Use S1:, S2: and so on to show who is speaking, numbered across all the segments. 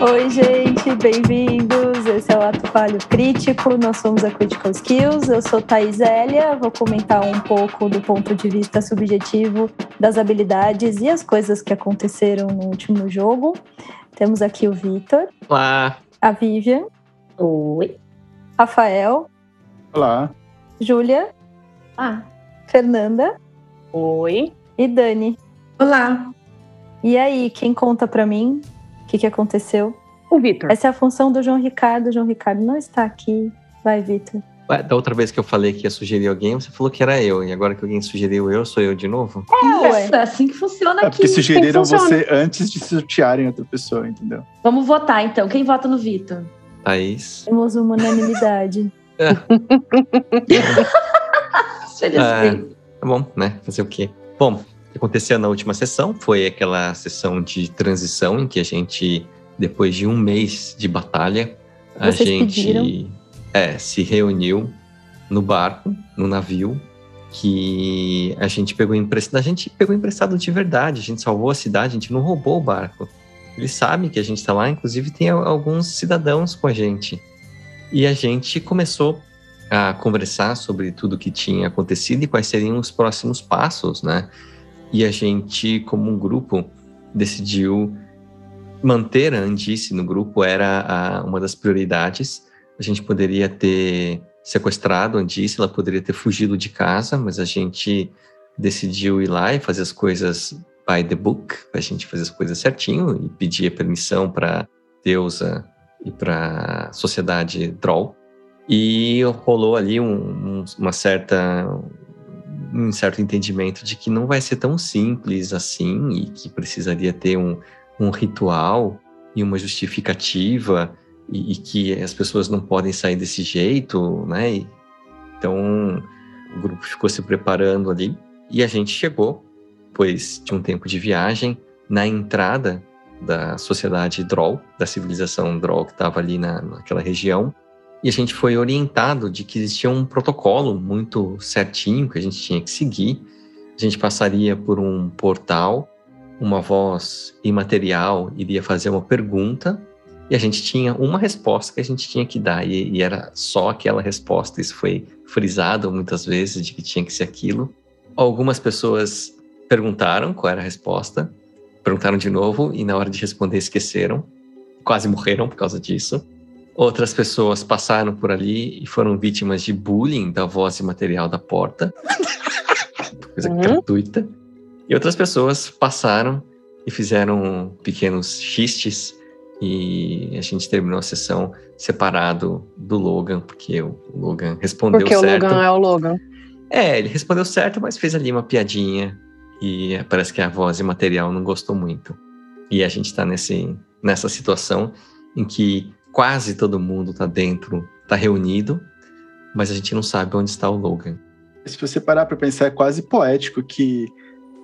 S1: Oi, gente, bem-vindos. Esse é o Ato Falho Crítico. Nós somos a Critical Skills. Eu sou Thais Elia. Vou comentar um pouco do ponto de vista subjetivo das habilidades e as coisas que aconteceram no último jogo. Temos aqui o Vitor,
S2: Olá.
S1: a Vivian,
S3: Oi.
S1: Rafael,
S4: Olá.
S1: Júlia,
S3: Ah.
S1: Fernanda
S3: Oi.
S1: e Dani.
S5: Olá,
S1: E aí, quem conta pra mim o que, que aconteceu?
S3: O Vitor.
S1: Essa é a função do João Ricardo. O João Ricardo não está aqui. Vai, Vitor.
S2: Ué, da outra vez que eu falei que ia sugerir alguém, você falou que era eu. E agora que alguém sugeriu eu, sou eu de novo?
S1: Ué.
S3: É assim que funciona
S4: É
S3: aqui.
S4: porque sugeriram
S3: Assim que funciona.
S4: você antes de sortearem outra pessoa, entendeu?
S3: Vamos votar então. Quem vota no Vitor?
S2: Thaís.
S1: Temos uma unanimidade.
S6: é
S4: É,
S6: assim.
S3: Felizmente.
S2: Tá bom, né? Fazer o quê? Bom, o que aconteceu na última sessão foi aquela sessão de transição em que a gente, depois de um mês de batalha, a
S1: Vocês
S2: gente
S1: pediram.
S2: é, se reuniu no barco, no navio, que a gente pegou emprestado. A gente pegou emprestado de verdade, a gente salvou a cidade, a gente não roubou o barco. Eles sabem que a gente está lá, inclusive tem al- alguns cidadãos com a gente. E a gente começou a conversar sobre tudo que tinha acontecido e quais seriam os próximos passos, né? E a gente, como um grupo, decidiu manter a Andice no grupo era a- uma das prioridades. A gente poderia ter sequestrado a Andice, ela poderia ter fugido de casa, mas a gente decidiu ir lá e fazer as coisas by the book, a gente fazer as coisas certinho e pedir permissão para deusa e para a sociedade Droll. E rolou ali um- um- uma certa um certo entendimento de que não vai ser tão simples assim e que precisaria ter um, um ritual e uma justificativa e, e que as pessoas não podem sair desse jeito, né? E- então o grupo ficou se preparando ali e a gente chegou, depois de um tempo de viagem, na entrada da sociedade Droll, da civilização Droll que estava ali na, naquela região, e a gente foi orientado de que existia um protocolo muito certinho que a gente tinha que seguir. A gente passaria por um portal, uma voz imaterial iria fazer uma pergunta e a gente tinha uma resposta que a gente tinha que dar e, e era só aquela resposta. Isso foi frisado muitas vezes de que tinha que ser aquilo. Algumas pessoas perguntaram qual era a resposta, perguntaram de novo e na hora de responder esqueceram, quase morreram por causa disso. Outras pessoas passaram por ali e foram vítimas de bullying da voz imaterial da porta. Coisa
S3: Uhum.
S2: gratuita. E outras pessoas passaram e fizeram pequenos xistes. E a gente terminou a sessão separado do Logan, porque o Logan respondeu
S7: Porque o
S2: certo.
S7: Logan é o Logan.
S2: É, ele respondeu certo, mas fez ali uma piadinha. E parece que a voz imaterial não gostou muito. E a gente tá nesse, nessa situação em que quase todo mundo tá dentro, tá reunido, mas a gente não sabe onde está o Logan.
S4: Se você parar pra pensar, é quase poético que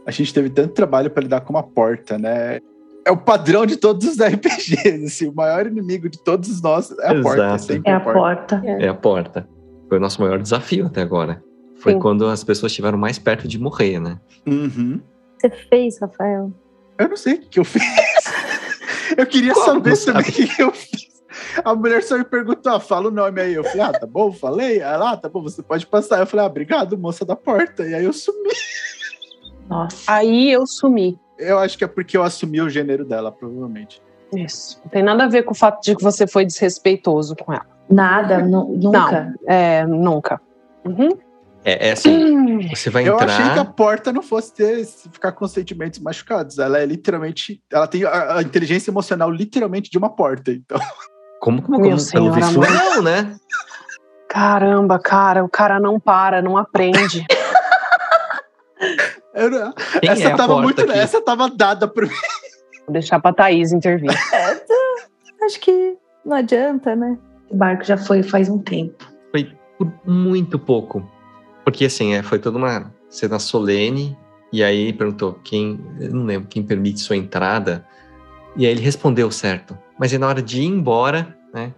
S4: a gente teve tanto trabalho pra lidar com uma porta, né? É o padrão de todos os RPGs, assim, o maior inimigo de todos nós é a porta, é
S2: Exato.
S4: sempre
S3: É
S4: a
S3: a
S4: porta.
S3: porta.
S2: É a porta. Foi o nosso maior desafio até agora. Foi
S7: Sim.
S2: quando as pessoas estiveram mais perto de morrer, né?
S4: Uhum.
S1: Você fez, Rafael?
S4: Eu não sei o que que eu fiz. Eu queria
S2: Como
S4: saber
S2: não sabe?
S4: também o que que eu fiz. A mulher só me perguntou, ah, fala o nome aí. Eu falei, ah, tá bom, falei. Ela, ah, tá bom, você pode passar. Eu falei, ah, obrigado, moça da porta. E aí eu sumi.
S3: Nossa.
S6: Ah,
S7: Aí eu sumi.
S4: Eu acho que é porque eu assumi o gênero dela, provavelmente.
S7: Isso. Não tem nada a ver com o fato de que você foi desrespeitoso com ela.
S3: Nada, nu- nunca.
S7: É, nunca. Uhum.
S2: É, é assim, você vai
S4: Hum. Eu achei que a
S2: entrar...
S4: porta não fosse ter, ficar com os sentimentos machucados. Ela é literalmente. Ela tem a, a inteligência emocional literalmente de uma porta. Então,
S2: Como, como,
S7: Meu
S2: como? Pelo
S7: senhor
S2: visto,
S7: amado.
S2: não, né?
S7: Caramba, cara, o cara não para, não aprende.
S4: eu não-
S2: Quem
S4: essa
S2: é a
S4: tava
S2: porta
S4: muito.
S2: aqui?
S4: Essa tava dada por mim.
S7: Vou deixar pra Thaís intervir.
S1: É, tá. Acho que não adianta, né?
S3: O barco já foi faz um tempo.
S2: por muito pouco. Porque assim, é, foi toda uma cena solene, e aí perguntou quem, eu não lembro, quem permite sua entrada. E aí ele respondeu certo. Mas aí na hora de ir embora, né?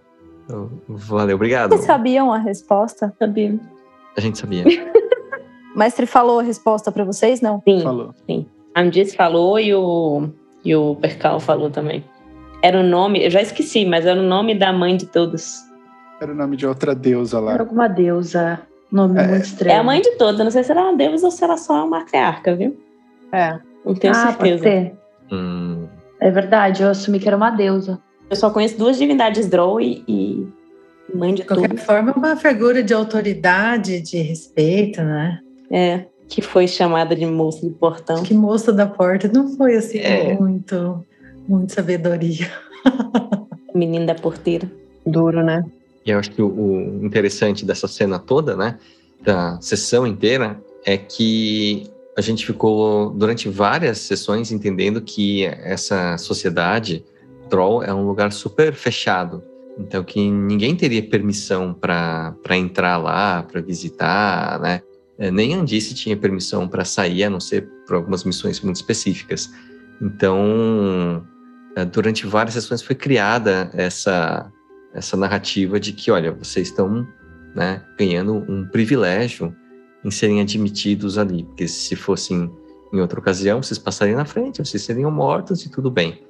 S2: eu- Valeu, obrigado.
S1: Vocês sabiam a resposta?
S3: Sabia?
S2: A gente sabia.
S1: O mestre falou a resposta pra vocês, não?
S6: Sim,
S4: Falou.
S6: a Andice falou e o, e o Percal falou também.
S5: Era o nome, eu já esqueci, mas era o nome da mãe de todos.
S4: Era o nome de outra deusa lá.
S3: Era alguma deusa. Nome
S4: É.
S3: muito
S5: É
S3: estranho.
S5: a mãe de todos, eu não sei se era uma deusa ou se era só é uma matriarca, viu?
S7: É.
S5: Não tenho
S3: ah, pode
S5: certeza.
S3: ser.
S2: Hum,
S3: É verdade, eu assumi que era uma deusa.
S5: Eu só conheço duas divindades, Drow e, e mãe de
S6: De qualquer
S5: todos.
S6: forma, é uma figura de autoridade, de respeito, né?
S5: É, que foi chamada de moça do portão.
S6: Acho que moça da porta não foi assim
S2: É.
S6: muito, muito sabedoria.
S5: Menina da porteira.
S7: Duro, né?
S2: E eu acho que o, o interessante dessa cena toda, né, da sessão inteira, é que a gente ficou durante várias sessões entendendo que essa sociedade troll é um lugar super fechado. Então que ninguém teria permissão para entrar lá, para visitar, né? Eh, Nem Andice tinha permissão para sair, a não ser por algumas missões muito específicas. Então, eh, durante várias sessões foi criada essa essa narrativa de que, olha, vocês estão né, ganhando um privilégio em serem admitidos ali, porque se fossem em outra ocasião, vocês passariam na frente, vocês seriam mortos e tudo bem.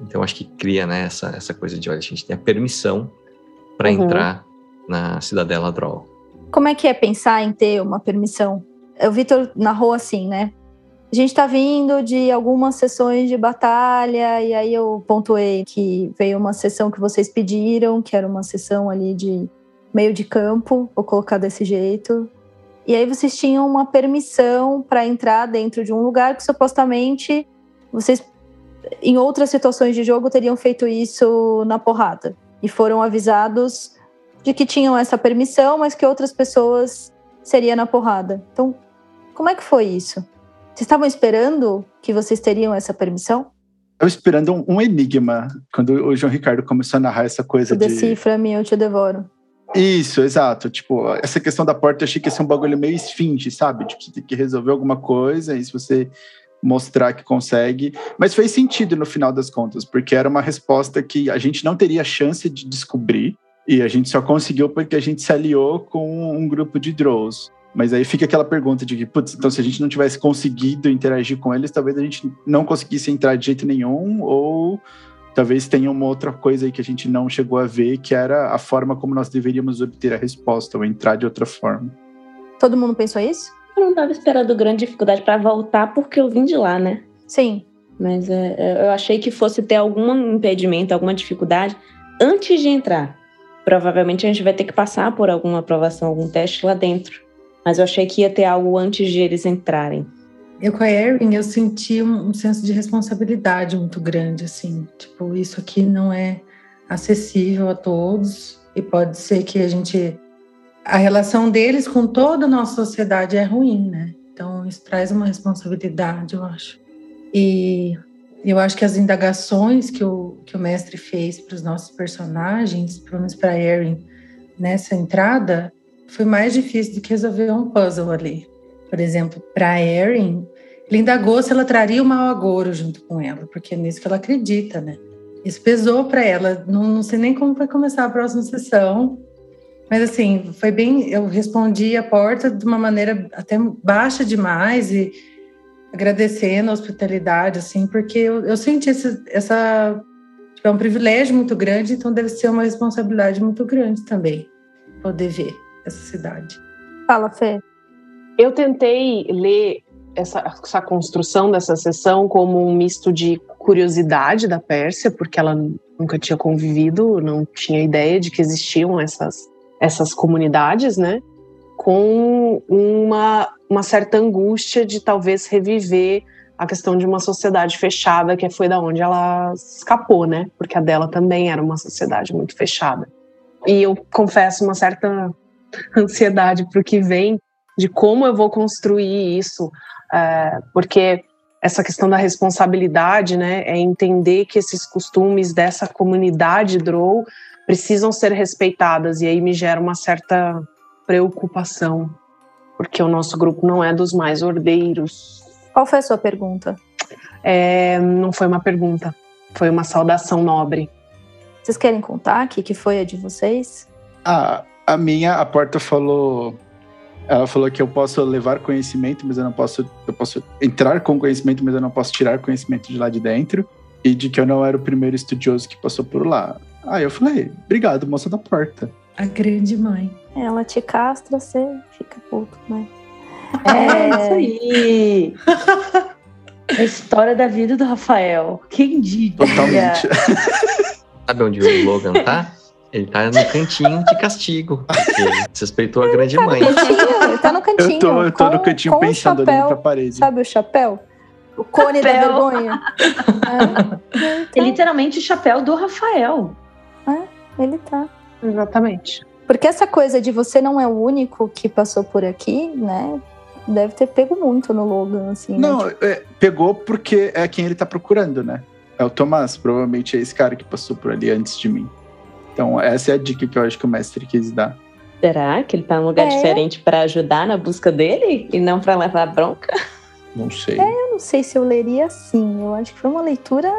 S2: Então acho que cria né, essa, essa coisa de, olha, a gente tem a permissão para
S7: Uhum.
S2: entrar na Cidadela Droll.
S1: Como é que é pensar em ter uma permissão? É O Vitor narrou assim, né? A gente tá vindo de algumas sessões de batalha, e aí eu pontuei que veio uma sessão que vocês pediram, que era uma sessão ali de meio de campo, vou colocar desse jeito. E aí vocês tinham uma permissão para entrar dentro de um lugar que supostamente vocês, em outras situações de jogo, teriam feito isso na porrada. E foram avisados de que tinham essa permissão, mas que outras pessoas seria na porrada. Então, como é que foi isso? Vocês estavam esperando que vocês teriam essa permissão?
S4: Tava esperando um, um enigma quando o João Ricardo começou a narrar essa coisa
S1: Tu
S4: de.
S1: decifra-me, eu te devoro.
S4: Isso, exato. Tipo, essa questão da porta, eu achei que ia ser um bagulho meio esfinge, sabe? Tipo, você tem que resolver alguma coisa e se você mostrar que consegue. Mas fez sentido no final das contas, porque era uma resposta que a gente não teria chance de descobrir e a gente só conseguiu porque a gente se aliou com um grupo de Drows. Mas aí fica aquela pergunta de que, putz, então se a gente não tivesse conseguido interagir com eles, talvez a gente não conseguisse entrar de jeito nenhum ou talvez tenha uma outra coisa aí que a gente não chegou a ver, que era a forma como nós deveríamos obter a resposta ou entrar de outra forma.
S1: Todo mundo pensou isso?
S5: Eu não tava esperando grande dificuldade para voltar porque eu vim de lá, né?
S1: Sim.
S5: Mas é, é, eu achei que fosse ter algum impedimento, alguma dificuldade antes de entrar. Provavelmente a gente vai ter que passar por alguma aprovação, algum teste lá dentro. Mas eu achei que ia ter algo antes de eles entrarem.
S6: Eu com a Erin, eu senti um, um senso de responsabilidade muito grande, assim. Tipo, isso aqui não é acessível a todos e pode ser que a gente... A relação deles com toda a nossa sociedade é ruim, né? Então, isso traz uma responsabilidade, eu acho. E eu acho que as indagações que o, que o mestre fez para os nossos personagens, pelo menos para a Erin, nessa entrada, foi mais difícil do que resolver um puzzle ali por exemplo, para Erin, ele indagou se ela traria o mau agouro junto com ela, porque é nisso que ela acredita, né? Isso pesou para ela. Não, não sei nem como vai começar a próxima sessão, mas assim, foi bem. Eu respondi a porta de uma maneira até baixa demais e agradecendo a hospitalidade, assim, porque eu, eu senti esse- essa. Tipo, é um privilégio muito grande, então deve ser uma responsabilidade muito grande também poder ver essa cidade.
S1: Fala, Fê.
S7: Eu tentei ler essa, essa construção dessa sessão como um misto de curiosidade da Pérsia, porque ela nunca tinha convivido, não tinha ideia de que existiam essas, essas comunidades, né? Com uma, uma certa angústia de talvez reviver a questão de uma sociedade fechada, que foi da onde ela escapou, né? Porque a dela também era uma sociedade muito fechada. E eu confesso uma certa ansiedade para o que vem, de como eu vou construir isso, eh, porque essa questão da responsabilidade, né, é entender que esses costumes dessa comunidade Drow precisam ser respeitadas e aí me gera uma certa preocupação, porque o nosso grupo não é dos mais ordeiros.
S1: Qual foi a sua pergunta?
S7: Eh, não foi uma pergunta, foi uma saudação nobre.
S1: Vocês querem contar aqui que foi a de vocês?
S4: A, a minha, a porta falou. Ela falou que eu posso levar conhecimento, mas eu não posso. Eu posso entrar com conhecimento, mas eu não posso tirar conhecimento de lá de dentro. e de que eu não era o primeiro estudioso que passou por lá. Aí eu falei, obrigado, moça da porta.
S6: A grande mãe.
S1: Ela te castra, você fica puto, né?
S3: É isso aí. A história da vida do Rafael. Quem diria?
S1: É.
S4: Totalmente.
S2: Sabe onde o Logan tá? Ele tá no cantinho de castigo. Porque ele suspeitou a grande mãe.
S1: Cantinho, ele tá no cantinho.
S4: Eu tô, eu tô no
S1: com-
S4: cantinho
S1: com o
S4: pensando então.
S1: chapéu,
S4: olhando pra parede.
S1: Sabe o chapéu? O cone da
S3: Chapéu.
S1: vergonha. É.
S3: É literalmente o chapéu do Rafael.
S1: Ele tá.
S7: Exatamente.
S1: Porque essa coisa de você não é o único que passou por aqui, né? Deve ter pego muito no Logan, assim. né?
S4: Não, é, pegou porque é quem ele tá procurando, né? É o Tomás, provavelmente é esse cara que passou por ali antes de mim. Então, essa é a dica que eu acho que o mestre quis dar.
S5: Será que ele tá num lugar
S1: É.
S5: diferente pra ajudar na busca dele e não pra levar bronca?
S4: Não sei.
S1: Eu não sei se eu leria assim. Eu acho que foi uma leitura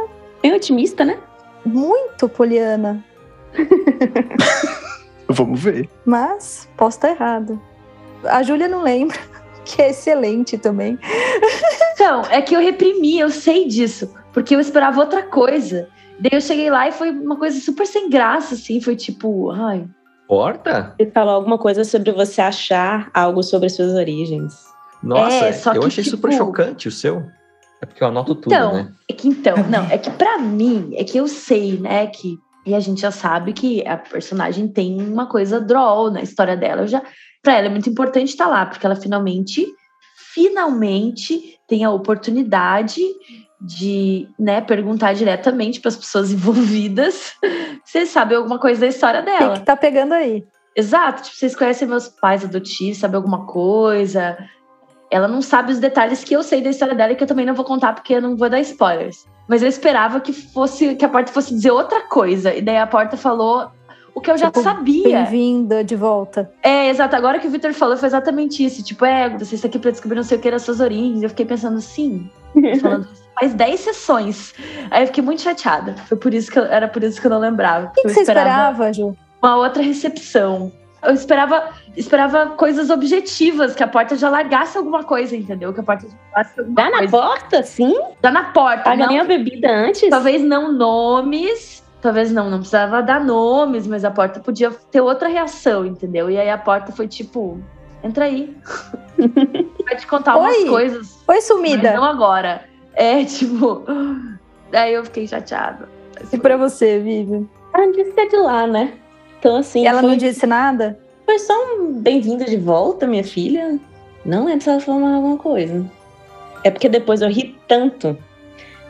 S5: É otimista, né?
S1: muito poliana.
S4: Vamos ver.
S1: Mas posso estar errado. A Júlia não lembra, que é excelente também.
S3: Então, é que eu reprimi, eu sei disso. Porque eu esperava outra coisa. Daí eu cheguei lá e foi uma coisa super sem graça, assim. Foi tipo, ai.
S2: Porta?
S5: Ele falou alguma coisa sobre você achar algo sobre as suas origens.
S2: Nossa,
S3: É, só
S2: eu
S3: que,
S2: achei
S3: tipo-
S2: super chocante o seu. É porque eu anoto
S3: Então,
S2: tudo, né?
S3: É que então, não, é que pra mim, é que eu sei, né, que e a gente já sabe que a personagem tem uma coisa droll na história dela. Eu já, para ela é muito importante estar lá, porque ela finalmente, finalmente tem a oportunidade de, né, perguntar diretamente para as pessoas envolvidas se sabe alguma coisa da história
S1: O
S3: dela.
S1: que que tá pegando aí?
S3: Exato, tipo, vocês conhecem meus pais adotivos, sabem alguma coisa. Ela não sabe os detalhes que eu sei da história dela e que eu também não vou contar porque eu não vou dar spoilers. Mas eu esperava que fosse que a porta fosse dizer outra coisa. E daí a porta falou o que eu já
S1: Tipo,
S3: sabia.
S1: Bem-vinda de volta.
S3: É, exato. Agora que o Victor falou foi exatamente isso. Tipo, é, você está aqui pra descobrir não sei o que das suas origens. Eu fiquei pensando, sim, falando isso faz 10 sessões. Aí eu fiquei muito chateada. Foi por isso que eu, era por isso que eu não lembrava.
S1: O que, que
S3: eu
S1: você esperava, Ju?
S3: uma outra recepção. Eu esperava, esperava coisas objetivas, que a porta já largasse alguma coisa, entendeu? Que a porta já largasse alguma
S5: Dá na
S3: coisa.
S5: porta, sim?
S3: Já na porta. Tá
S5: Paga
S3: não-
S5: nem a bebida antes?
S3: talvez não nomes, talvez não, não precisava dar nomes, mas a porta podia ter outra reação, entendeu? E aí a porta foi tipo, entra aí. Vai te contar
S1: Oi,
S3: umas coisas,
S1: Foi
S3: mas
S1: sumida.
S3: não agora. É, tipo... Aí eu fiquei chateada.
S1: E
S3: Mas foi-
S1: pra você, Vivi?
S5: Ah, disse que é de lá, né? Então, assim,
S1: Ela
S5: foi,
S1: não disse nada?
S5: foi só um bem-vindo de volta, minha filha. Não lembro se ela falou mais alguma coisa. É porque depois eu ri tanto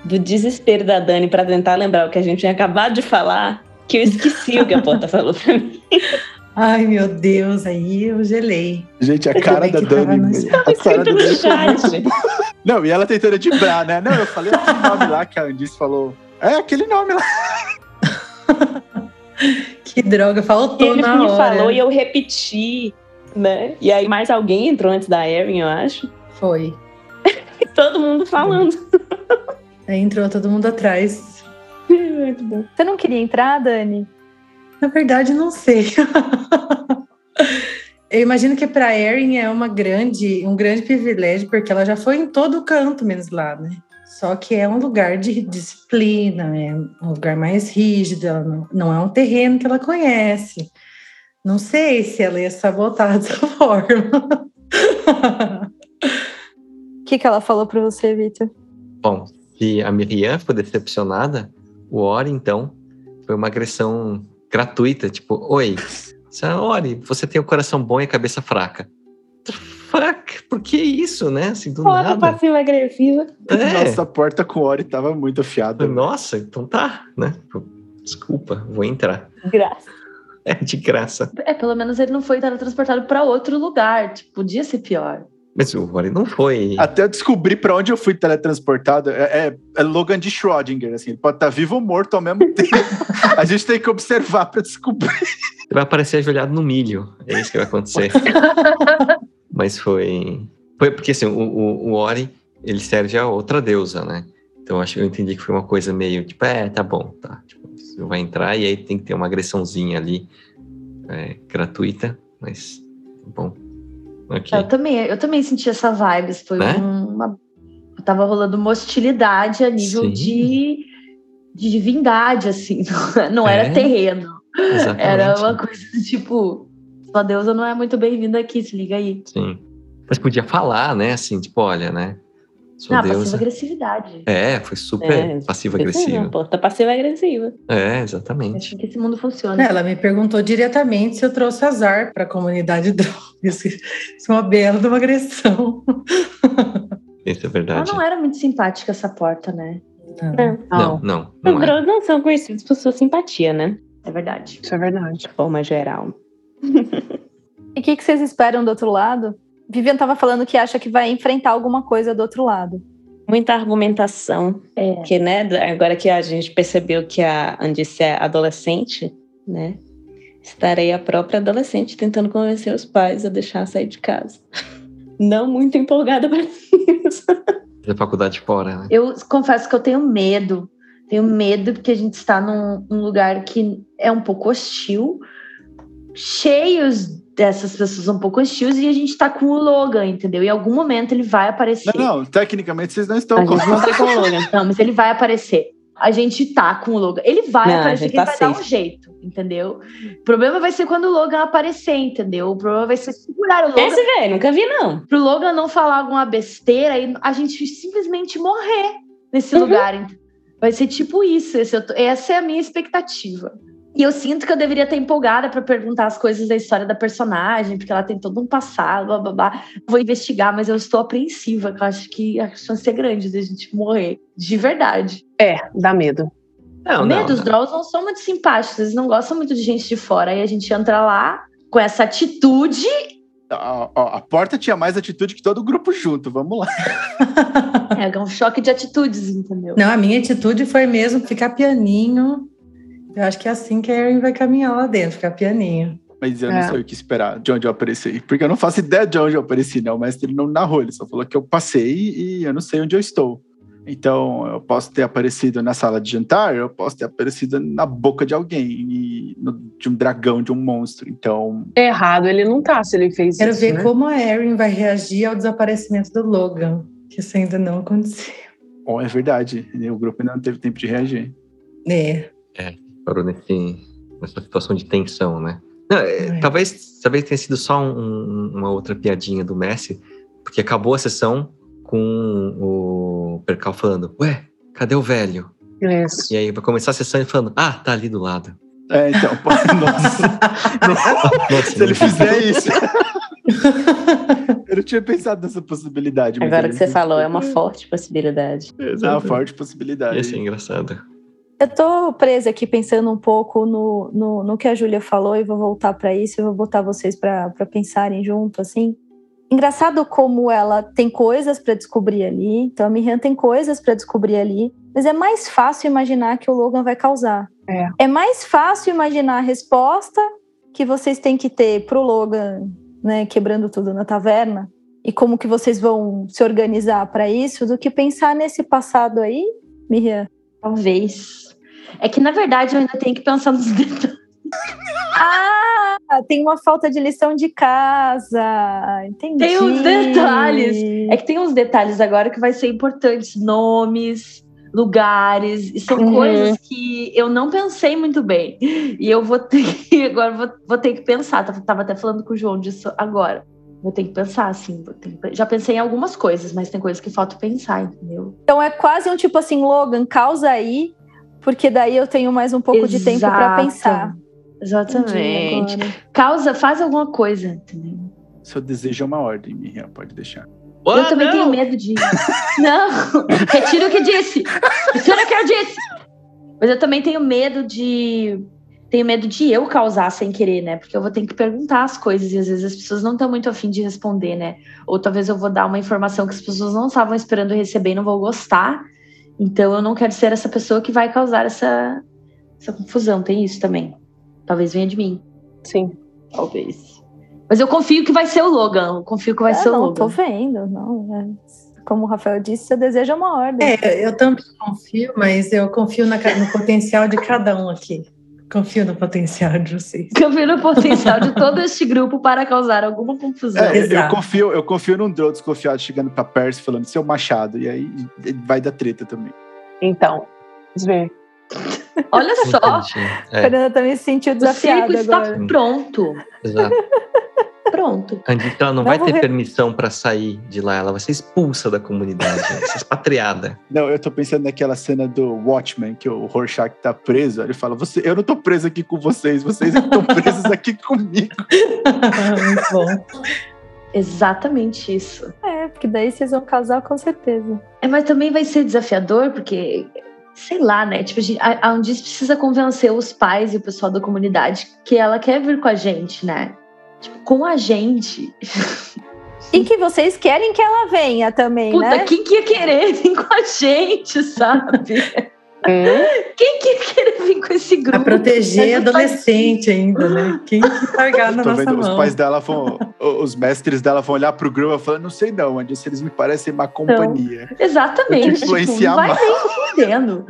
S5: do desespero da Dani pra tentar lembrar o que a gente tinha acabado de falar, que eu esqueci o que a porta falou pra mim.
S6: Ai, meu Deus, aí eu gelei.
S4: Gente, a
S6: Tudo
S4: cara
S6: bem
S4: da
S6: que tava
S4: Dani.
S6: no-
S4: A cara da
S5: Escrito no
S4: Dani.
S5: chat.
S4: Não, e ela tentando dibrar, né? Não, eu falei aquele nome lá que a Andice falou. É aquele nome lá.
S6: Que droga,
S5: E
S6: faltou
S5: ele
S6: na
S5: me
S6: hora.
S5: falou e eu repeti, né? E aí mais alguém entrou antes da Erin, eu acho.
S6: Foi.
S5: E todo mundo falando.
S6: Aí entrou todo mundo atrás.
S5: Muito bom.
S1: Você não queria entrar, Dani?
S6: Na verdade, não sei. Eu imagino que para Erin é uma grande, um grande privilégio, porque ela já foi em todo canto, menos lá, né? Só que é um lugar de disciplina, é um lugar mais rígido, ela não, não é um terreno que ela conhece. Não sei se ela ia sabotar dessa forma.
S1: O que, que ela falou pra você, Vitor?
S2: Bom, se a Miriam ficou decepcionada, o Ori, então, foi uma agressão gratuita. Tipo, oi, senhora Ori, você tem o coração bom e a cabeça fraca. What the Fuck, por que isso, né? Assim, do
S5: Foda
S2: nada.
S5: passiva agressiva.
S2: É.
S4: Nossa, a porta com o Ori tava muito afiada.
S2: Nossa, então tá, né? Tipo, Desculpa, vou entrar.
S5: Graça.
S2: É de graça.
S3: É, pelo menos ele não foi transportado pra outro lugar. Tipo, podia ser pior.
S2: Mas o Ori não foi.
S4: Até eu descobrir pra onde eu fui teletransportado, é, é- é Logan de Schrödinger, assim, ele pode estar vivo ou morto ao mesmo tempo. a gente tem que observar pra descobrir.
S2: Ele vai aparecer ajoelhado no milho. É isso que vai acontecer. Mas foi. Foi porque assim, o, o, o Ori, ele serve a outra deusa, né? Então acho que eu entendi que foi uma coisa meio tipo, é, tá bom, tá. Tipo, você vai entrar e aí tem que ter uma agressãozinha ali, é, gratuita, mas tá bom. Ok.
S3: É, Eu também, eu também senti essa vibe. Foi um,
S2: Né?
S3: uma. Tava rolando uma hostilidade a nível
S2: Sim.
S3: de de divindade, assim, não era
S2: É?
S3: terreno.
S2: Exatamente.
S3: Era uma coisa do tipo, sua deusa não é muito bem-vinda aqui, se liga aí.
S2: Sim. Mas podia falar, né? Assim, tipo, olha, né? Sou
S3: ah,
S2: deusa.
S3: passiva-agressividade.
S2: É, foi super
S5: É,
S2: passivo-agressivo.
S5: Pô, tá passiva-agressiva.
S2: É,
S3: É
S2: exatamente.
S3: assim que esse mundo funciona.
S6: Né, Ela me perguntou diretamente se eu trouxe azar para a comunidade droga. Isso isso é uma bela de uma agressão.
S2: Isso é
S3: Ela
S2: verdade.
S3: não era muito simpática, essa porta, né?
S5: É.
S2: Ah, Não, não, não é.
S5: Drogas não são conhecidos por sua simpatia, né?
S3: É verdade.
S7: Isso é verdade.
S5: De forma geral.
S1: E o que, que vocês esperam do outro lado? Vivian tava falando que acha que vai enfrentar alguma coisa do outro lado.
S5: Muita argumentação.
S3: É.
S5: Porque, né, agora que a gente percebeu que a Andice é adolescente, né? Estarei a própria adolescente tentando convencer os pais a deixar sair de casa. Não muito empolgada para isso.
S2: Da faculdade fora, né?
S3: Eu confesso que eu tenho medo. Tenho medo porque a gente está num, num lugar que é um pouco hostil, cheios dessas pessoas um pouco hostis, e a gente tá com o Logan, entendeu? Em algum momento ele vai aparecer.
S4: Não, não, tecnicamente vocês não estão
S5: A
S4: com.
S5: gente não tá com o Logan.
S3: Não, mas ele vai aparecer. A gente tá com o Logan. Ele vai
S5: Não, a
S3: aparecer,
S5: gente
S3: que ele
S5: tá
S3: vai dar um
S5: safe.
S3: jeito, entendeu? O problema vai ser quando o Logan aparecer, entendeu? O problema vai ser segurar o Logan.
S5: Esse, velho, nunca vi, não.
S3: Pro Logan não falar alguma besteira e a gente simplesmente morrer nesse lugar. ent- Vai ser tipo isso. esse eu tô- essa é a minha expectativa. E eu sinto que eu deveria estar empolgada pra perguntar as coisas da história da personagem, porque ela tem todo um passado, blá blá blá. Vou investigar, mas eu estou apreensiva, que eu acho que a chance é grande de a gente morrer. De verdade.
S7: É, dá medo.
S2: Não,
S3: Medo,
S2: não.
S3: os
S2: não.
S3: Drolls não são muito simpáticos, eles não gostam muito de gente de fora. Aí a gente entra lá com essa atitude.
S4: Ó, ó, a porta tinha mais atitude que todo o grupo junto, vamos lá.
S3: É um choque de atitudes, entendeu?
S6: Não, a minha atitude foi mesmo ficar pianinho. Eu acho que é assim que a Erin vai caminhar lá dentro, ficar pianinho.
S4: Mas eu
S7: É.
S4: não sei o que esperar de onde eu apareci. Porque eu não faço ideia de onde eu apareci, não. O mestre não narrou, ele só falou que eu passei e eu não sei onde eu estou. Então, eu posso ter aparecido na sala de jantar, eu posso ter aparecido na boca de alguém, e no- de um dragão, de um monstro. Então,
S7: Errado ele não tá se ele fez
S6: Quero
S7: isso.
S6: ver
S7: né?
S6: como a Erin vai reagir ao desaparecimento do Logan, que isso ainda não aconteceu.
S4: ó, é verdade. né, O grupo ainda não teve tempo de reagir.
S6: É,
S2: Parou nesse, nessa situação de tensão, né? Não, é,
S6: É.
S2: Talvez, talvez tenha sido só um- um- uma outra piadinha do Messi, porque acabou a sessão com o Percal falando, ué, cadê o velho?
S7: Isso.
S2: E aí vai começar a sessão e falando, ah, tá ali do lado.
S4: É, então, pô, nossa.
S2: Nossa,
S4: Se ele
S2: muito-
S4: fizer isso. eu não tinha pensado nessa possibilidade. mas
S5: Agora
S4: ele-
S5: que você falou, é uma forte possibilidade.
S4: É uma forte possibilidade.
S2: Ia ser engraçado.
S1: Eu tô presa aqui pensando um pouco no, no, no que a Júlia falou e vou voltar para isso, eu vou botar vocês para pensarem junto, assim. Engraçado como ela tem coisas para descobrir ali, então a Miriam tem coisas para descobrir ali, mas é mais fácil imaginar que o Logan vai causar.
S7: É.
S1: mais fácil imaginar a resposta que vocês têm que ter pro Logan, né, quebrando tudo na taverna e como que vocês vão se organizar para isso do que pensar nesse passado aí, Miriam.
S3: Talvez. É que, na verdade, eu ainda tenho que pensar nos detalhes.
S1: Ah, tem uma falta de lição de casa. Entendi.
S3: Tem uns detalhes. É que tem uns detalhes agora que vai ser importantes. Nomes, lugares. E são
S7: Uhum.
S3: coisas que eu não pensei muito bem. E eu vou ter que... Agora vou, vou ter que pensar. Tava, tava até falando com o João disso agora. Vou ter que pensar, assim. vou ter que- já pensei em algumas coisas, mas tem coisas que falta pensar, entendeu?
S1: Então é quase um tipo assim, Logan, causa aí, porque daí eu tenho mais um pouco de tempo para
S3: Exato.
S1: pensar.
S3: Exatamente.
S1: Entendi agora.
S3: Causa, faz alguma coisa, entendeu?
S4: Seu desejo é uma ordem, Miriam, pode deixar.
S3: eu também tenho medo de. Não! Retiro o que disse! Retiro o que eu disse! Mas eu também tenho medo de. Tenho medo de eu causar sem querer, né? Porque eu vou ter que perguntar as coisas e às vezes as pessoas não estão muito afim de responder, né? Ou talvez eu vou dar uma informação que as pessoas não estavam esperando receber e não vão gostar. Então eu não quero ser essa pessoa que vai causar essa, essa confusão. Tem isso também. Talvez venha de mim.
S7: Sim.
S3: Talvez. Mas eu confio que vai ser o Logan. Eu confio que vai
S1: Ah,
S3: ser o
S1: não,
S3: Logan.
S1: tô vendo. Não, é. Como o Rafael disse, seu desejo é uma ordem.
S6: é, eu também confio, mas eu confio na ca- no potencial de cada um aqui. Confio no potencial de vocês.
S3: que eu vi no potencial de todo este grupo para causar alguma confusão.
S4: É, eu
S6: Exato.
S4: confio, eu confio num Drow desconfiado chegando pra Percy falando seu machado, e aí vai dar treta também.
S7: Então, vamos ver.
S3: Olha só,
S2: Entendi.
S1: A
S2: Um É,
S1: Fernanda também se sentiu
S3: o circo
S1: desafiada
S3: está
S1: agora.
S3: pronto.
S2: exato.
S3: Pronto.
S2: A Anitta ela
S1: Não
S2: não vai
S1: vou
S2: ter
S1: re-
S2: permissão pra sair de lá, ela vai ser expulsa da comunidade, ela vai ser expatriada.
S4: Não, eu tô pensando naquela cena do Watchmen, que o Rorschach tá preso. Ele fala: Você, Eu não tô preso aqui com vocês, vocês estão presos aqui comigo.
S6: Muito bom.
S3: Exatamente isso.
S1: É, porque daí vocês vão casar com certeza.
S3: É, mas também vai ser desafiador, porque, sei lá, né? Tipo, a, gente, a, a Undice precisa convencer os pais e o pessoal da comunidade que ela quer vir com a gente, né? Tipo, com a gente.
S1: E que vocês querem que ela venha também,
S3: Puta,
S1: né?
S3: quem que ia querer vir com a gente, sabe?
S7: É,
S3: quem que ia querer vir com esse grupo? É
S6: A proteger
S3: Mas não faz
S6: adolescente ainda, né? Quem que largar na
S4: tô
S6: nossa
S4: vendo, os
S6: mão?
S4: pais dela vão. Os mestres dela vão olhar pro Gruma e falar: Não sei não, Andice, eles me parecem
S5: Então.
S4: má companhia. Eu
S3: Exatamente.
S4: te influenciar
S3: não vai
S4: mais.
S3: nem entendendo.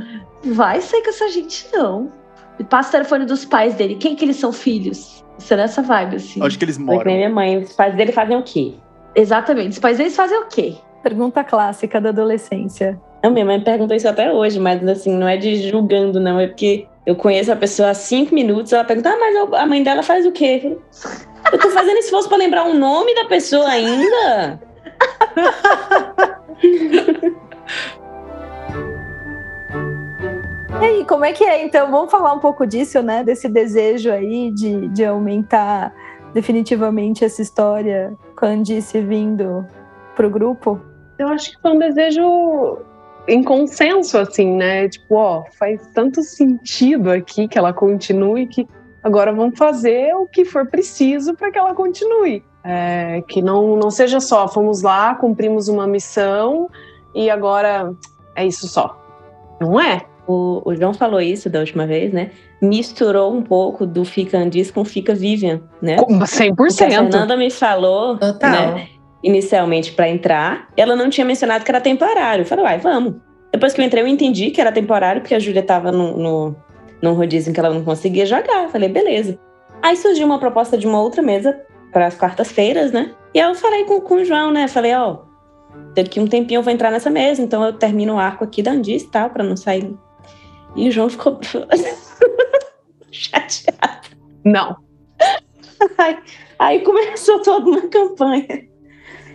S3: Vai sair com essa gente, não. E passa o telefone dos pais dele. Quem que eles são filhos? Será essa vibe, assim?
S4: Onde que eles
S5: Foi que
S4: moram?
S5: nem minha mãe, os pais dele fazem o quê?
S3: Exatamente. Os pais deles fazem o quê?
S1: Pergunta clássica da adolescência.
S5: Não, minha mãe perguntou isso até hoje, mas assim, não é de julgando, não. É porque eu conheço a pessoa há cinco minutos, ela pergunta, ah, mas a mãe dela faz o quê? Eu falei, Eu tô fazendo esforço pra lembrar o nome da pessoa ainda?
S1: E aí, como é que é? Então, vamos falar um pouco disso, né? Desse desejo aí de, de aumentar definitivamente essa história com a Andice vindo pro grupo.
S7: eu acho que foi um desejo em consenso, assim, né? Tipo, ó, faz tanto sentido aqui que ela continue que agora vamos fazer o que for preciso para que ela continue. É, que não, não seja só, fomos lá, cumprimos uma missão e agora é isso só. Não é?
S5: O, o João falou isso da última vez, né? Misturou um pouco do Fica Andis com Fica Vivian,
S4: É.
S5: né?
S7: Com
S5: Porque a
S7: 100%.
S5: Fernanda me falou,
S6: Total.
S5: né, inicialmente pra entrar, ela não tinha mencionado que era temporário. Eu falei, uai, vamos. Depois que eu entrei, eu entendi que era temporário, porque a Júlia tava no, no, num rodízio em que ela não conseguia jogar. Eu falei, beleza. Aí surgiu uma proposta de uma outra mesa para as quartas-feiras, né? E aí eu falei com, com o João, né? Falei, ó, daqui um tempinho eu vou entrar nessa mesa, então eu termino o arco aqui da Andice e tal, pra não sair. E o João ficou chateado.
S7: Não.
S5: Aí, aí começou toda uma campanha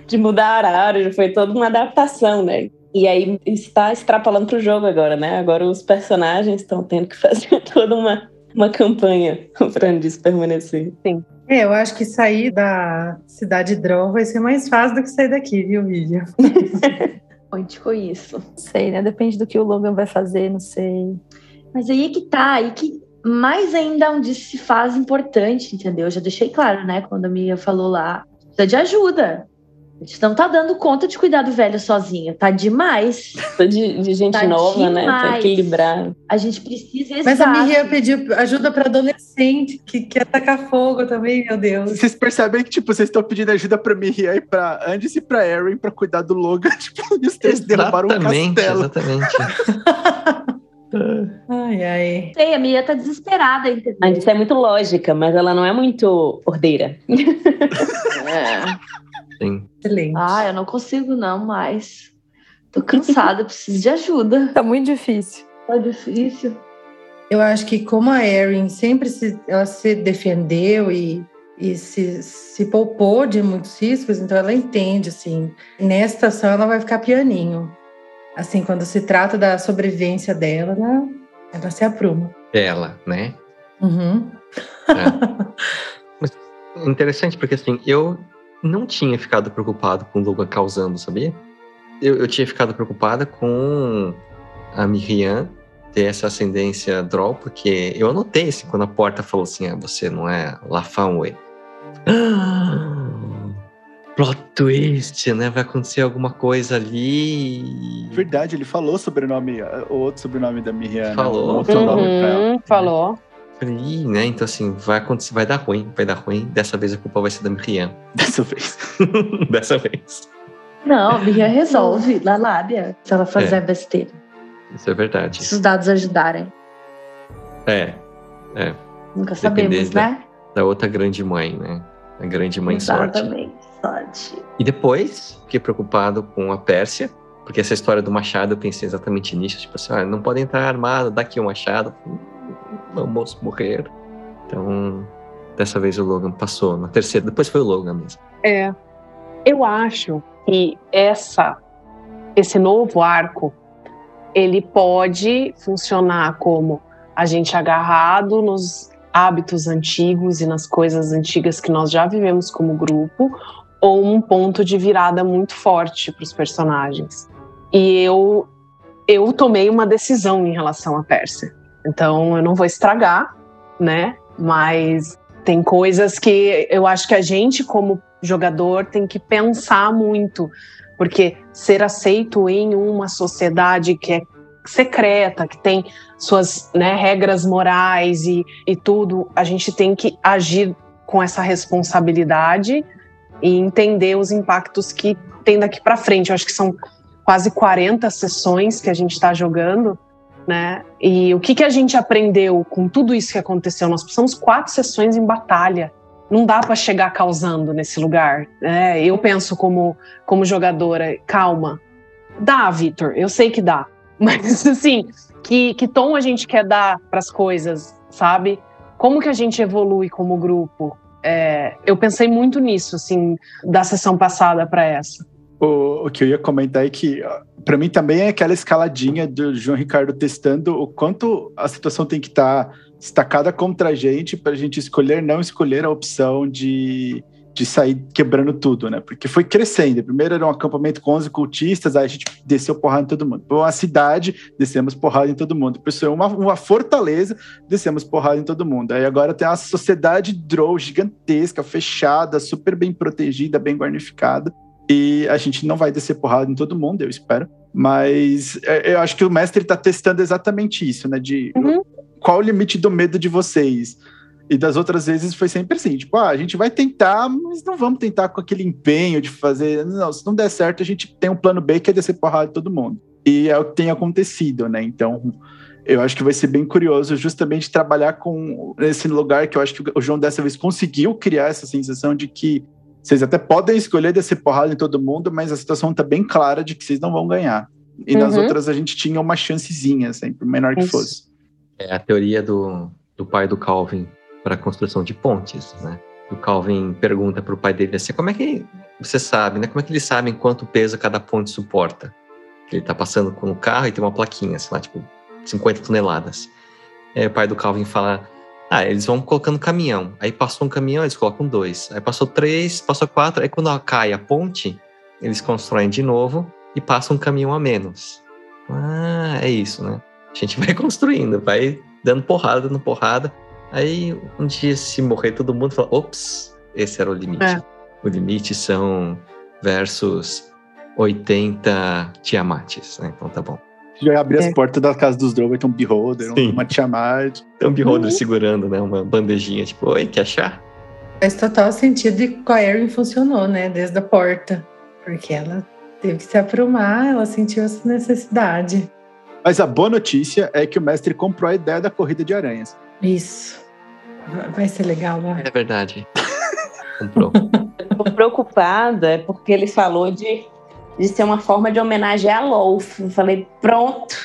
S5: de mudar horário, foi toda uma adaptação, né? E aí está extrapolando para o jogo agora, né? Agora os personagens estão tendo que fazer toda uma, uma campanha para disso permanecer.
S6: É, eu acho que sair da cidade Droll vai ser mais fácil do que sair daqui, viu, William?
S3: Onde foi isso?
S1: Não sei, né? Depende do que o Logan vai fazer, não sei.
S3: Mas aí é que tá, aí que mais ainda onde se faz importante, entendeu? Eu já deixei claro, né? Quando a minha falou lá, precisa de ajuda. A gente não tá dando conta de cuidar do velho sozinha, tá demais.
S5: Tô De, de gente
S3: Tá
S5: nova, né? Pra
S3: demais.
S5: equilibrar.
S3: A gente precisa
S6: Mas a Miriam
S3: exato.
S6: pediu ajuda para adolescente que quer tacar fogo também, meu Deus.
S4: Vocês percebem que, tipo, vocês estão pedindo ajuda pra Miriam e pra Andice e pra Erin pra cuidar do Logan. Tipo, e os três derrubaram um
S2: Exatamente,
S4: castelo.
S2: exatamente.
S6: Ai, ai.
S3: Sei, a Miriam tá desesperada, entendeu?
S5: A gente é muito lógica, mas ela não é muito ordeira.
S3: É.
S2: Sim.
S6: Excelente.
S3: Ah, eu não consigo não mais. Tô cansada, preciso de ajuda.
S1: Tá muito difícil.
S3: Tá difícil.
S6: Eu acho que como a Erin sempre se, ela se defendeu e, e se, se poupou de muitos riscos, então ela entende, assim. Nessa situação ela vai ficar pianinho. Assim, quando se trata da sobrevivência dela, ela, ela se apruma.
S2: Ela, né?
S6: Uhum.
S2: Interessante, porque assim, eu não tinha ficado preocupado com o Logan causando, sabia? Eu, eu tinha ficado preocupada com a Miriam ter essa ascendência Droll, porque eu anotei assim, quando a porta falou assim: ah, você não é Lafanway. Plot twist, né? Vai acontecer alguma coisa ali. e-
S4: Verdade, ele falou o sobrenome, o outro sobrenome da Miriam. né?
S2: Falou.
S4: Um outro nome pra ela.
S7: Uhum, falou.
S2: Ih, né? Então assim, vai acontecer, vai dar ruim, vai dar ruim. Dessa vez a culpa vai ser da Miriam.
S4: Dessa vez.
S2: Dessa vez.
S3: Não, a Miriam resolve, lá lábia, se ela fazer besteira.
S2: Isso é verdade.
S3: Se os dados ajudarem.
S2: É,
S3: Nunca
S2: Depender
S3: sabemos,
S2: da-
S3: né?
S2: da outra grande mãe, né? A grande mãe sorte.
S3: Exatamente, sorte.
S2: E depois, fiquei preocupado com a Pérsia, Porque essa história do machado, eu pensei exatamente nisso. Tipo assim, ah, não pode entrar armado, dá aqui o um machado. Vamos morrer. Então, dessa vez o Logan passou. Na terceira, depois foi o Logan mesmo.
S7: É. Eu acho que essa, esse novo arco, ele pode funcionar como a gente agarrado nos hábitos antigos e nas coisas antigas que nós já vivemos como grupo, ou um ponto de virada muito forte para os personagens. E eu eu tomei uma decisão em relação à Pérsia. Então eu não vou estragar, né? Mas tem coisas que eu acho que a gente como jogador tem que pensar muito, porque ser aceito em uma sociedade que é secreta, que tem suas né, regras morais e, e tudo, a gente tem que agir com essa responsabilidade e entender os impactos que tem daqui para frente. Eu acho que são quase 40 sessões que a gente está jogando, né? E o que, que a gente aprendeu com tudo isso que aconteceu? Nós passamos quatro sessões em batalha. Não dá para chegar causando nesse lugar. Né? Eu penso como, como jogadora, calma. Dá, Vitor, eu sei que dá. Mas assim, que, que tom a gente quer dar para as coisas, sabe? Como que a gente evolui como grupo? É, eu pensei muito nisso, assim, da sessão passada para essa.
S4: O, o, que eu ia comentar é que, para mim, também é aquela escaladinha do João Ricardo testando o quanto a situação tem que estar tá destacada contra a gente para a gente escolher, não escolher a opção de, de sair quebrando tudo, né? Porque foi crescendo. Primeiro era um acampamento com 11 cultistas, aí a gente desceu porrada em todo mundo. Foi uma cidade, descemos porrada em todo mundo. Depois foi uma, uma fortaleza, descemos porrada em todo mundo. Aí agora tem uma sociedade drow gigantesca, fechada, super bem protegida, bem guarnificada. E a gente não vai descer porrada em todo mundo, eu espero. Mas é, eu acho que o mestre está testando exatamente isso, né? De uhum. qual o limite do medo de vocês. E das outras vezes foi sempre assim, tipo, ah, a gente vai tentar, mas não vamos tentar com aquele empenho de fazer, não, se não der certo, a gente tem um plano B que é descer porrada de todo mundo. E é o que tem acontecido, né? Então, eu acho que vai ser bem curioso justamente trabalhar com esse lugar que eu acho que o João dessa vez conseguiu criar essa sensação de que vocês até podem escolher descer porrada em todo mundo, mas a situação tá bem clara de que vocês não vão ganhar. E uhum. nas outras a gente tinha uma chancezinha, sempre, menor que Isso. fosse.
S2: É a teoria do, do pai do Calvin, para a construção de pontes, né? O Calvin pergunta para o pai dele assim, como é que você sabe, né? Como é que eles sabem quanto peso cada ponte suporta? Ele está passando com o carro e tem uma plaquinha, sei lá, tipo 50 toneladas. Aí o pai do Calvin fala, ah, eles vão colocando caminhão. Aí passou um caminhão, eles colocam dois. Aí passou três, passou quatro. Aí quando cai a ponte, eles constroem de novo e passam um caminhão a menos. Ah, é isso, né? A gente vai construindo, vai dando porrada, dando porrada. Aí um dia se morrer todo mundo fala, ops, esse era o limite. É. O limite são versos 80 Tiamates, né? Então tá bom.
S4: Já abrir é. as portas da casa dos Drow, vai ter um Beholder, Sim. uma Tiamat.
S2: Tem um Beholder uhum. segurando, né? Uma bandejinha, tipo, oi, quer achar?
S6: Faz total sentido e com a Erin funcionou, né? Desde a porta. Porque ela teve que se aprumar, ela sentiu essa necessidade.
S4: Mas a boa notícia é que o mestre comprou a ideia da corrida de aranhas.
S6: Isso. Vai ser legal, né?
S2: É verdade. Comprou.
S5: Estou preocupada porque ele falou de, de ser uma forma de homenagear a Lolf. Eu falei, pronto.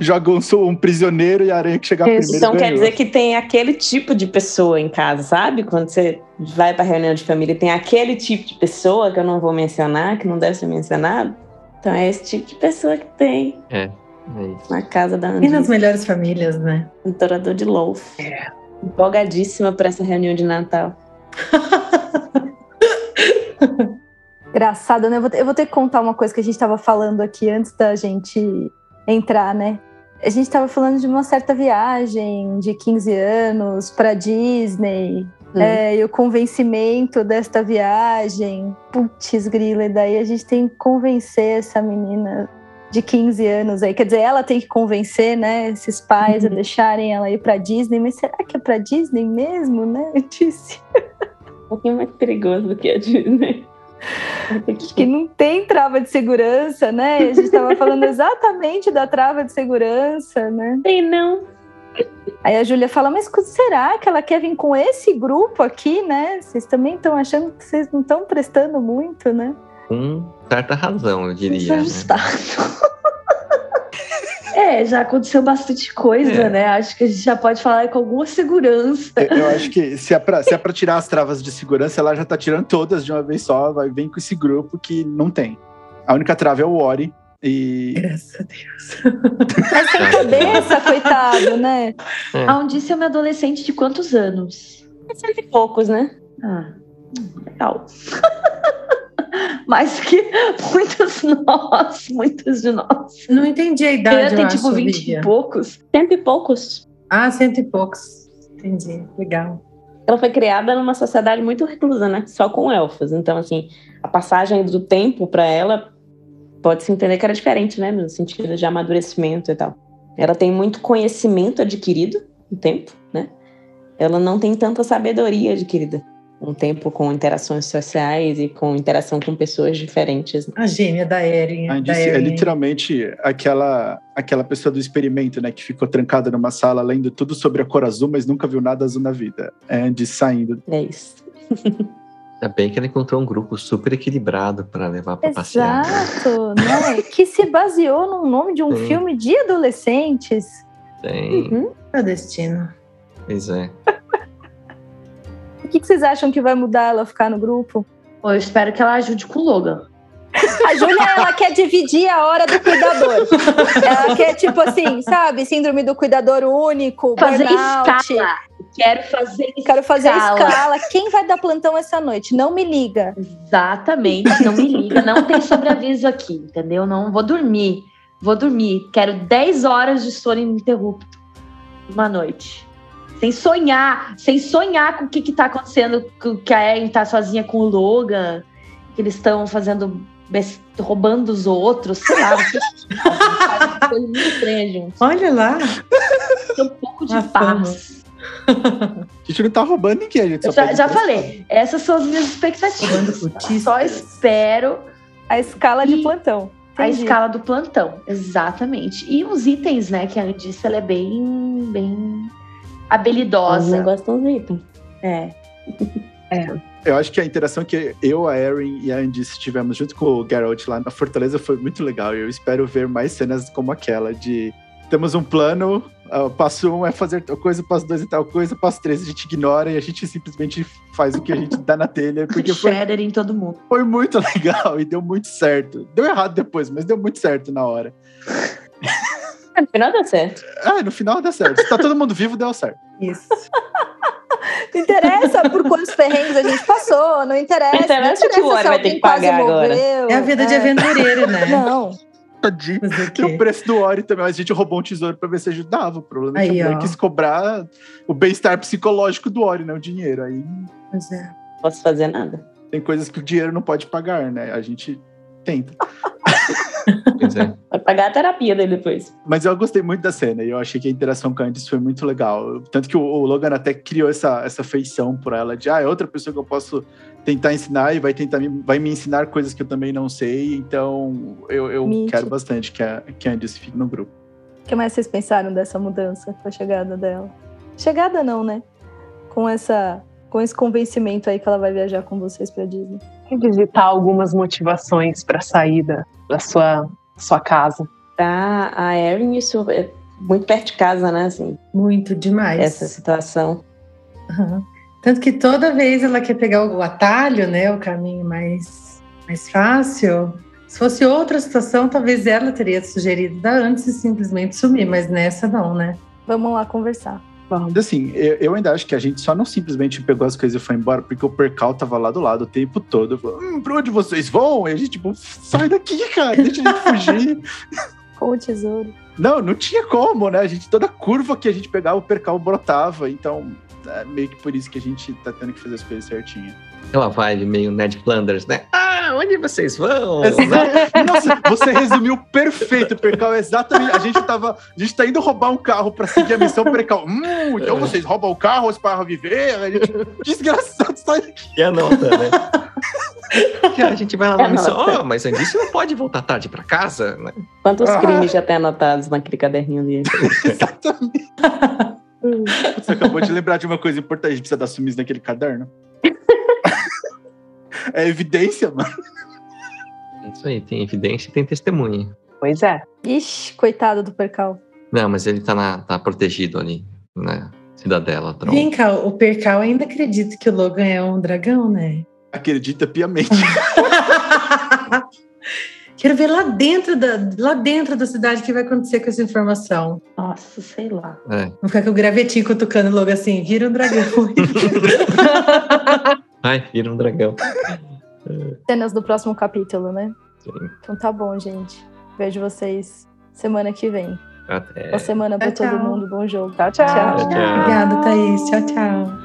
S4: Joga um, um, prisioneiro e a aranha que chegar Isso. primeiro.
S5: Então
S4: ganhou.
S5: quer dizer que tem aquele tipo de pessoa em casa, sabe? Quando você vai para reunião de família, tem aquele tipo de pessoa que eu não vou mencionar, que não deve ser mencionado. Então é esse tipo de pessoa que tem.
S2: É.
S5: É na casa da André.
S6: E nas melhores famílias, né?
S5: Doutorador de Loaf. É. Empolgadíssima para essa reunião de Natal.
S1: Engraçado, né? Eu vou, ter, eu vou, ter que contar uma coisa que a gente estava falando aqui antes da gente entrar, né? A gente estava falando de uma certa viagem de 15 anos para Disney. Hum. É, e o convencimento desta viagem. Putz, grila, e daí a gente tem que convencer essa menina de 15 anos aí. Quer dizer, ela tem que convencer, né, esses pais uhum. a deixarem ela ir para Disney, mas será que é para Disney mesmo, né? Eu disse.
S5: Um pouquinho mais perigoso do que a Disney.
S1: Acho que não tem trava de segurança, né? A gente estava falando exatamente da trava de segurança, né?
S5: Tem não.
S1: Aí a Júlia fala, mas será que ela quer vir com esse grupo aqui, né? Vocês também estão achando que vocês não estão prestando muito, né?
S2: com certa razão, eu
S3: é
S2: diria. né?
S3: Desajustado. É, já aconteceu bastante coisa,
S2: É.
S3: né? Acho que a gente já pode falar com alguma segurança.
S4: Eu eu acho que se é, pra, se é pra tirar as travas de segurança, ela já tá tirando todas de uma vez só, vai, vem com esse grupo que não tem. A única trava é o Ori. E
S6: Graças a Deus.
S1: Mas sem cabeça, coitado, né?
S2: É.
S3: A Undice é uma adolescente de quantos anos?
S5: Cento e poucos, né?
S3: Ah, hum, legal. Mais que muitos nós, muitos de nós.
S6: Não entendi a
S3: Eu ia
S6: idade, eu,
S3: ter
S6: acho,
S3: tipo 20
S6: Olivia.
S3: e poucos.
S5: Cento e poucos.
S6: Ah, cento e poucos. Entendi, legal.
S5: Ela foi criada numa sociedade muito reclusa, né? Só com elfos. Então, assim, a passagem do tempo para ela pode se entender que era diferente, né? No sentido de amadurecimento e tal. Ela tem muito conhecimento adquirido no tempo, né? Ela não tem tanta sabedoria adquirida. Um tempo com interações sociais e com interação com pessoas diferentes. né?
S6: A gênia da Erin.
S4: a
S6: da
S4: Indice é
S6: Erin.
S4: literalmente aquela, aquela pessoa do experimento, né? Que ficou trancada numa sala lendo tudo sobre a cor azul, mas nunca viu nada azul na vida. É a Indice saindo.
S5: É isso.
S2: Ainda bem que ela encontrou um grupo super equilibrado para levar para passear. né?
S1: Exato, né? Que se baseou num nome de um
S2: Sim.
S1: filme de adolescentes.
S2: Tem,
S6: É o destino.
S2: pois é.
S1: O que que vocês acham que vai mudar ela ficar no grupo?
S3: Pô, eu espero que ela ajude com o Logan.
S1: A Júlia, ela quer dividir a hora do cuidador. Ela quer, tipo assim, sabe? Síndrome do cuidador único,
S3: Fazer
S1: burnout.
S3: escala. Quero fazer
S1: Quero fazer
S3: Escala.
S1: escala. Quem vai dar plantão essa noite? Não me liga.
S3: Exatamente, não me liga, não tem sobreaviso aqui, entendeu? Não vou dormir, vou dormir. Quero 10 horas de sono ininterrupto, uma noite. Sem sonhar, sem sonhar com o que, que tá acontecendo, com- que a Erin tá sozinha com o Logan, que eles estão fazendo, bes- roubando os outros, sei lá. o que- Coisa muito estranha, gente.
S6: Olha lá.
S3: Tem um pouco de
S6: A fama.
S3: paz.
S4: A gente não tá roubando ninguém, a gente
S3: Eu
S4: só
S3: já,
S4: pede
S3: já
S4: pra-
S3: falei, essas são as minhas
S6: Roubando
S3: expectativas. Tá?
S6: cutis.
S3: Só espero
S1: A escala de
S3: Ih,
S1: plantão.
S3: A
S1: Entendi.
S3: escala do plantão, exatamente. E uns itens, né, que a Andice, ela é bem, bem
S5: Os
S3: habilidosa.
S5: negócios tão zica.
S3: É.
S4: Eu acho que a interação que eu, a Erin e a Andice tivemos junto com o Geralt lá na Fortaleza foi muito legal. E eu espero ver mais cenas como aquela de temos um plano, ah, o passo um é fazer tal coisa, o passo dois é tal coisa, o passo três a gente ignora e a gente simplesmente faz o que a gente dá na telha, porque foi,
S3: Shredder em todo mundo.
S4: foi muito legal e deu muito certo. Deu errado depois, mas deu muito certo na hora.
S5: Ah, No final deu certo.
S4: Ah, no final deu certo. Se tá todo mundo vivo, deu certo.
S6: Isso.
S1: Não interessa por quantos perrengues a gente passou, não interessa.
S5: Não interessa o que o
S1: se
S5: Ori vai ter
S1: alguém
S5: que pagar
S1: quase
S5: agora.
S1: morreu.
S6: É a vida de
S1: É.
S6: aventureiro, né?
S1: Não,
S4: Tadinho.
S6: Fazer o
S4: E o
S6: quê?
S4: preço do Ori também, mas a gente roubou um tesouro pra ver se ajudava. O problema é que
S6: Aí,
S4: a mulher
S6: ó.
S4: quis cobrar o bem-estar psicológico do Ori, não o dinheiro. Aí
S6: Pois é.
S5: Não posso fazer nada.
S4: tem coisas que o dinheiro não pode pagar, né? A gente tenta.
S2: Pois é.
S5: Vai pagar a terapia dele depois.
S4: Mas eu gostei muito da cena e eu achei que a interação com a Candice foi muito legal. Tanto que o, o Logan até criou essa, essa feição por ela de, ah, é outra pessoa que eu posso tentar ensinar e vai tentar me, vai me ensinar coisas que eu também não sei. Então eu, eu
S1: Mítico.
S4: quero bastante que a, que a Candice fique no grupo.
S1: O que mais vocês pensaram dessa mudança com a chegada dela? Chegada não, né? Com essa, com esse convencimento aí que ela vai viajar com vocês pra Disney.
S7: Revisitar algumas motivações para a saída da sua, sua casa.
S5: Pra Tá, a Erin, isso é muito perto de casa, né? Assim,
S6: Muito demais.
S5: essa situação.
S6: Aham. Tanto que toda vez ela quer pegar o atalho, né? O caminho mais, mais fácil. Se fosse outra situação, talvez ela teria sugerido dar antes e simplesmente sumir, mas nessa não, né?
S1: Vamos lá conversar.
S4: Mas, Assim, eu, eu ainda acho que a gente só não simplesmente pegou as coisas e foi embora, porque o percal tava lá do lado o tempo todo. Falou, hum, pra onde vocês vão? E a gente, tipo, sai daqui, cara, deixa a gente fugir.
S1: Com o tesouro.
S4: não, não tinha como, né? A gente, toda curva que a gente pegava, o percal brotava. Então, é meio que por isso que a gente tá tendo que fazer as coisas certinho.
S2: Aquela vibe meio Ned Flanders, né? Ah, onde vocês vão? Né?
S4: Exa- Nossa, você resumiu perfeito, percal. é Exatamente. A gente tava. A gente tá indo roubar um carro pra seguir a missão percal. Hum, então vocês roubam o carro, os para viver. A gente, desgraçado, sai
S2: E a nota, né? E a gente vai lá
S5: É a
S2: na missão,
S5: nota.
S2: "Ah, mas Andy, você não pode voltar tarde pra casa? né?
S5: Quantos
S4: Ah.
S5: crimes já tem anotados naquele caderninho dele?
S4: Você acabou de lembrar de uma coisa importante. A gente precisa dar sumiço naquele caderno. é evidência, mano.
S2: Isso aí, tem evidência e tem testemunha.
S7: Pois é.
S1: Ixi, coitado do percal.
S2: Não, mas ele tá, na- tá protegido ali, na cidadela. então, Troll.
S6: Vem cá, o Percal ainda acredita que o Logan é um dragão, né?
S4: Acredita piamente.
S6: Quero ver lá dentro, da, lá dentro da cidade o que vai acontecer com essa informação.
S3: Nossa, sei lá.
S2: É.
S6: Vou ficar com o gravetinho cutucando o Logan assim, vira um dragão.
S2: Ai, vira um dragão.
S1: Cenas do próximo capítulo, né?
S2: Sim.
S1: Então tá bom, gente. Vejo vocês semana que vem.
S2: Até.
S1: Boa semana pra
S6: Tchau,
S1: todo
S6: tchau.
S1: mundo. Bom jogo.
S7: É. Tchau, tchau.
S1: Tchau.
S2: Tchau.
S6: Obrigada, Thaís. Tchau, tchau.